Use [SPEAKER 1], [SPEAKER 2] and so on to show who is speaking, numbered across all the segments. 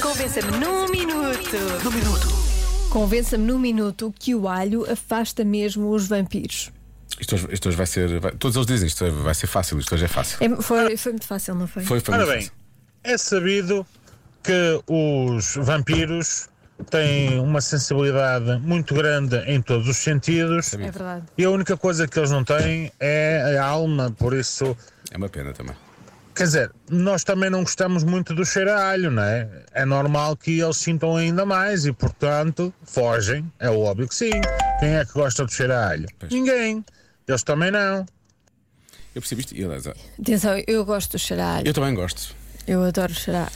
[SPEAKER 1] Convença-me num minuto.
[SPEAKER 2] No minuto.
[SPEAKER 3] Convença-me num minuto que o alho afasta mesmo os vampiros.
[SPEAKER 4] Isto hoje, isto hoje vai ser. vai- todos eles dizem isto vai ser fácil, isto hoje é fácil.
[SPEAKER 3] É- foi, foi muito fácil, não foi?
[SPEAKER 4] Foi, foi
[SPEAKER 2] Ora
[SPEAKER 4] muito
[SPEAKER 2] bem,
[SPEAKER 4] fácil.
[SPEAKER 2] é sabido que os vampiros têm uma sensibilidade muito grande em todos os sentidos
[SPEAKER 3] É verdade.
[SPEAKER 2] e a única coisa que eles não têm é a alma, por isso.
[SPEAKER 4] É uma pena também.
[SPEAKER 2] Quer dizer, nós também não gostamos muito do cheiro a alho, não é? É normal que eles sintam ainda mais e, portanto, fogem. É óbvio que sim. Quem é que gosta do cheiro a alho? Ninguém. Eles também não.
[SPEAKER 4] Eu percebi isto e aliás,
[SPEAKER 3] Atenção, eu gosto do cheirar.
[SPEAKER 4] eu também gosto.
[SPEAKER 3] Eu adoro cheirar.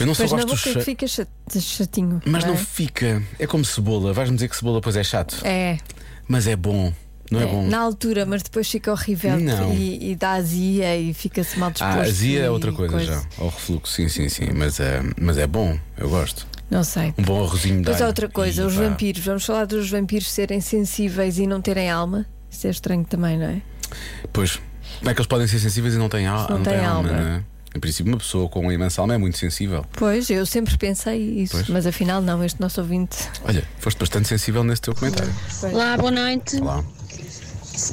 [SPEAKER 4] Eu não só
[SPEAKER 3] Mas na
[SPEAKER 4] gosto do
[SPEAKER 3] boca
[SPEAKER 4] cheiro.
[SPEAKER 3] fica cha- chatinho.
[SPEAKER 4] Mas não
[SPEAKER 3] é?
[SPEAKER 4] fica. É como cebola. Vais-me dizer que cebola pois é chato.
[SPEAKER 3] É,
[SPEAKER 4] Mas é bom. Não é,
[SPEAKER 3] é,
[SPEAKER 4] bom.
[SPEAKER 3] na altura, mas depois fica horrível
[SPEAKER 4] Não.
[SPEAKER 3] e, e dá azia e fica-se mal disposto.
[SPEAKER 4] Ah, azia é
[SPEAKER 3] e
[SPEAKER 4] outra coisa, já. Ou refluxo, sim, sim, sim. Mas, é mas é bom. Eu gosto.
[SPEAKER 3] Não sei.
[SPEAKER 4] Um bom arrozinho de
[SPEAKER 3] Mas há
[SPEAKER 4] alho.
[SPEAKER 3] é outra coisa,
[SPEAKER 4] E
[SPEAKER 3] os
[SPEAKER 4] pá.
[SPEAKER 3] vampiros. Vamos falar dos vampiros serem sensíveis e não terem alma. Isso é estranho também, não é?
[SPEAKER 4] Pois. Como é que eles podem ser sensíveis e não têm, al
[SPEAKER 3] Não
[SPEAKER 4] não têm
[SPEAKER 3] têm
[SPEAKER 4] alma,
[SPEAKER 3] alma.
[SPEAKER 4] não é? Em princípio, uma pessoa com uma imensa alma é muito sensível.
[SPEAKER 3] Pois, eu sempre pensei isso,
[SPEAKER 4] Pois.
[SPEAKER 3] mas afinal não, este nosso ouvinte.
[SPEAKER 4] Olha, foste bastante sensível nesse teu comentário.
[SPEAKER 5] Olá, boa noite.
[SPEAKER 4] Olá.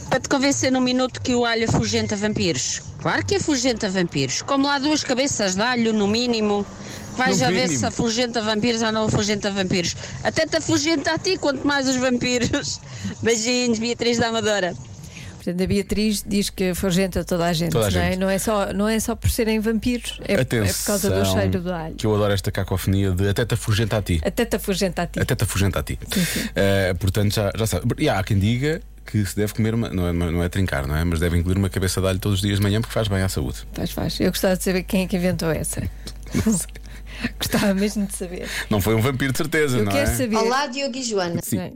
[SPEAKER 5] Para te convencer num minuto que o alho afugenta vampiros. Claro que afugenta vampiros. Como lá duas cabeças de alho, no mínimo. Vais
[SPEAKER 4] No
[SPEAKER 5] a ver
[SPEAKER 4] mínimo.
[SPEAKER 5] se afugenta vampiros ou não afugenta vampiros. Até te afugenta a ti, quanto mais os vampiros. Beijinhos, Beatriz da Amadora.
[SPEAKER 3] Portanto, a Beatriz diz que afugenta toda a gente,
[SPEAKER 4] Toda a
[SPEAKER 3] não, É?
[SPEAKER 4] gente.
[SPEAKER 3] não é só Não é só por serem vampiros, é, é
[SPEAKER 4] Atenção.
[SPEAKER 3] por causa do cheiro do alho.
[SPEAKER 4] Que eu adoro esta cacofonia de até te afugenta a ti.
[SPEAKER 3] Até te afugenta a ti.
[SPEAKER 4] Até te afugenta a ti. Eh, portanto, já, já sabe. E há quem diga que se deve comer uma. Não é, não é trincar, não é? Mas deve incluir uma cabeça de alho todos os dias de manhã porque faz bem à saúde.
[SPEAKER 3] Faz, faz. Eu gostava de saber quem é que inventou essa. gostava mesmo de saber.
[SPEAKER 4] Não foi um vampiro de certeza,
[SPEAKER 3] Eu
[SPEAKER 4] não
[SPEAKER 3] quero
[SPEAKER 4] é?
[SPEAKER 3] saber.
[SPEAKER 6] Olá, Diogo e Joana.
[SPEAKER 4] Sim.
[SPEAKER 3] não é?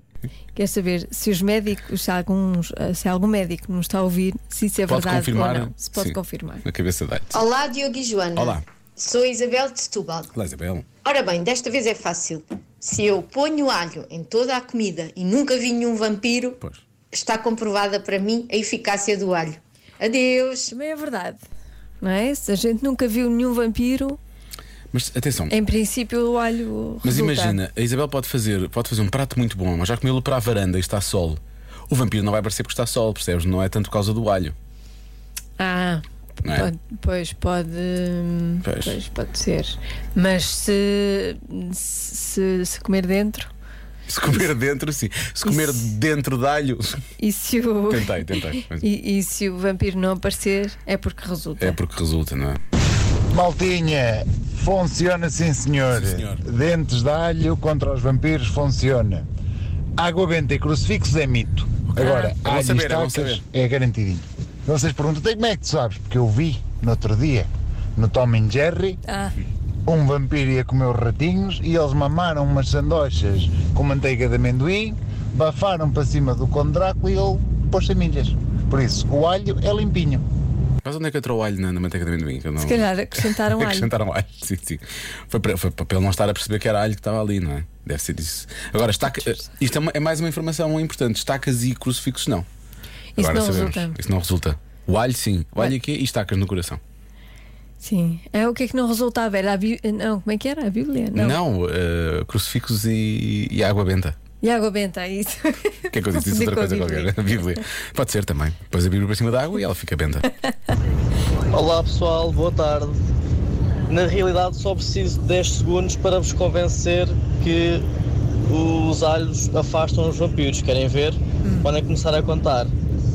[SPEAKER 3] Quero saber se os médicos, se, alguns, eh, se algum médico nos está a ouvir, se isso é
[SPEAKER 4] Pode
[SPEAKER 3] verdade
[SPEAKER 4] confirmar.
[SPEAKER 3] ou não. Se pode
[SPEAKER 4] Sim.
[SPEAKER 3] confirmar.
[SPEAKER 4] Uma cabeça de alho.
[SPEAKER 6] Olá, Diogo e Joana.
[SPEAKER 4] Olá.
[SPEAKER 6] Sou a Isabel de Setúbal.
[SPEAKER 4] Olá, Isabel.
[SPEAKER 6] Ora bem, desta vez é fácil. Se eu ponho alho em toda a comida e nunca vi nenhum vampiro,
[SPEAKER 4] Pois.
[SPEAKER 6] está comprovada para mim a eficácia do alho. Adeus.
[SPEAKER 3] Também é verdade. Não é? Se a gente nunca viu nenhum vampiro,
[SPEAKER 4] Mas atenção.
[SPEAKER 3] em princípio o alho.
[SPEAKER 4] Mas
[SPEAKER 3] resulta.
[SPEAKER 4] imagina, a Isabel pode fazer, pode fazer um prato muito bom, mas já comeu-lo para a varanda e está sol. O vampiro não vai aparecer porque está sol, percebes? Não é tanto por causa do alho.
[SPEAKER 3] Ah,
[SPEAKER 4] Não é?
[SPEAKER 3] pode- pois pode. hum,
[SPEAKER 4] Pois.
[SPEAKER 3] Pois. pode ser. Mas se, se, se comer dentro.
[SPEAKER 4] Se comer dentro, sim. Se comer dentro de alho.
[SPEAKER 3] E se o.
[SPEAKER 4] Tentei, tentei.
[SPEAKER 3] E, e se o vampiro não aparecer, é porque resulta.
[SPEAKER 4] É porque resulta, não é?
[SPEAKER 7] Maltinha, funciona sim senhor.
[SPEAKER 4] Sim, senhor.
[SPEAKER 7] Dentes de alho contra os vampiros funciona. Água benta e crucifixos é mito. Agora,
[SPEAKER 4] Ah, é bom
[SPEAKER 7] alho
[SPEAKER 4] saber,
[SPEAKER 7] e
[SPEAKER 4] é bom
[SPEAKER 7] estacas
[SPEAKER 4] saber.
[SPEAKER 7] é garantidinho. Vocês perguntam, "Então, como é que tu sabes? Porque eu vi no outro dia, no Tom and Jerry,
[SPEAKER 3] Ah,
[SPEAKER 7] um vampiro ia comer os ratinhos e eles mamaram umas sandochas com manteiga de amendoim, bafaram para cima do condráculo e ele pôs-se a milhas. Por isso, o alho é limpinho.
[SPEAKER 4] Mas onde é que entrou o alho na, na manteiga de amendoim? Que eu não...
[SPEAKER 3] se calhar acrescentaram alho.
[SPEAKER 4] Acrescentaram alho, sim, sim. Foi para, foi para ele não estar a perceber que era alho que estava ali, não é? Deve ser disso. Agora, estaca, isto é, uma- é mais uma informação importante. Estacas e crucifixos, não.
[SPEAKER 3] Isso
[SPEAKER 4] Agora
[SPEAKER 3] não
[SPEAKER 4] sabemos.
[SPEAKER 3] resulta.
[SPEAKER 4] Isso não resulta. O alho, sim. O alho aqui e estacas no coração.
[SPEAKER 3] Sim. É o que é que não resultava? Era a Bí- Não, como é que era? A Bíblia? Não.
[SPEAKER 4] Não, eh, crucifixos e, e água benta.
[SPEAKER 3] E água benta, é isso.
[SPEAKER 4] O que é que eu disse? Disse
[SPEAKER 3] Confundi
[SPEAKER 4] outra
[SPEAKER 3] com a
[SPEAKER 4] coisa
[SPEAKER 3] Bíblia.
[SPEAKER 4] qualquer. A Bíblia. Pode ser também. Pões a Bíblia para cima da água e ela fica benta.
[SPEAKER 8] Olá pessoal, boa tarde. Na realidade só preciso de 10 segundos para vos convencer que os alhos afastam os vampiros. Querem ver?
[SPEAKER 3] Hum.
[SPEAKER 8] Podem começar a contar.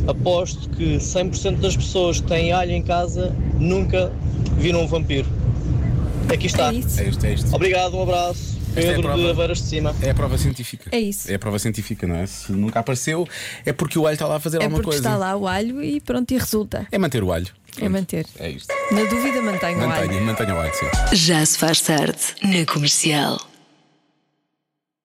[SPEAKER 8] Aposto que 100% das pessoas que têm alho em casa nunca viram um vampiro. Aqui está.
[SPEAKER 3] É isso.
[SPEAKER 4] É isto, é isto.
[SPEAKER 8] Obrigado, um abraço.
[SPEAKER 4] é a
[SPEAKER 8] Pedro
[SPEAKER 4] prova.
[SPEAKER 8] de Aveiras de Cima.
[SPEAKER 4] É a prova científica.
[SPEAKER 3] É isso.
[SPEAKER 4] É a prova científica, não é? Se nunca apareceu, é porque o alho está lá a fazer
[SPEAKER 3] É
[SPEAKER 4] alguma
[SPEAKER 3] porque
[SPEAKER 4] coisa.
[SPEAKER 3] está lá o alho e pronto, e resulta.
[SPEAKER 4] É manter o alho.
[SPEAKER 3] É manter.
[SPEAKER 4] É isto.
[SPEAKER 3] Na dúvida, mantenha o alho.
[SPEAKER 4] Mantenha, mantenha o alho, sim.
[SPEAKER 1] Já se faz tarde na comercial.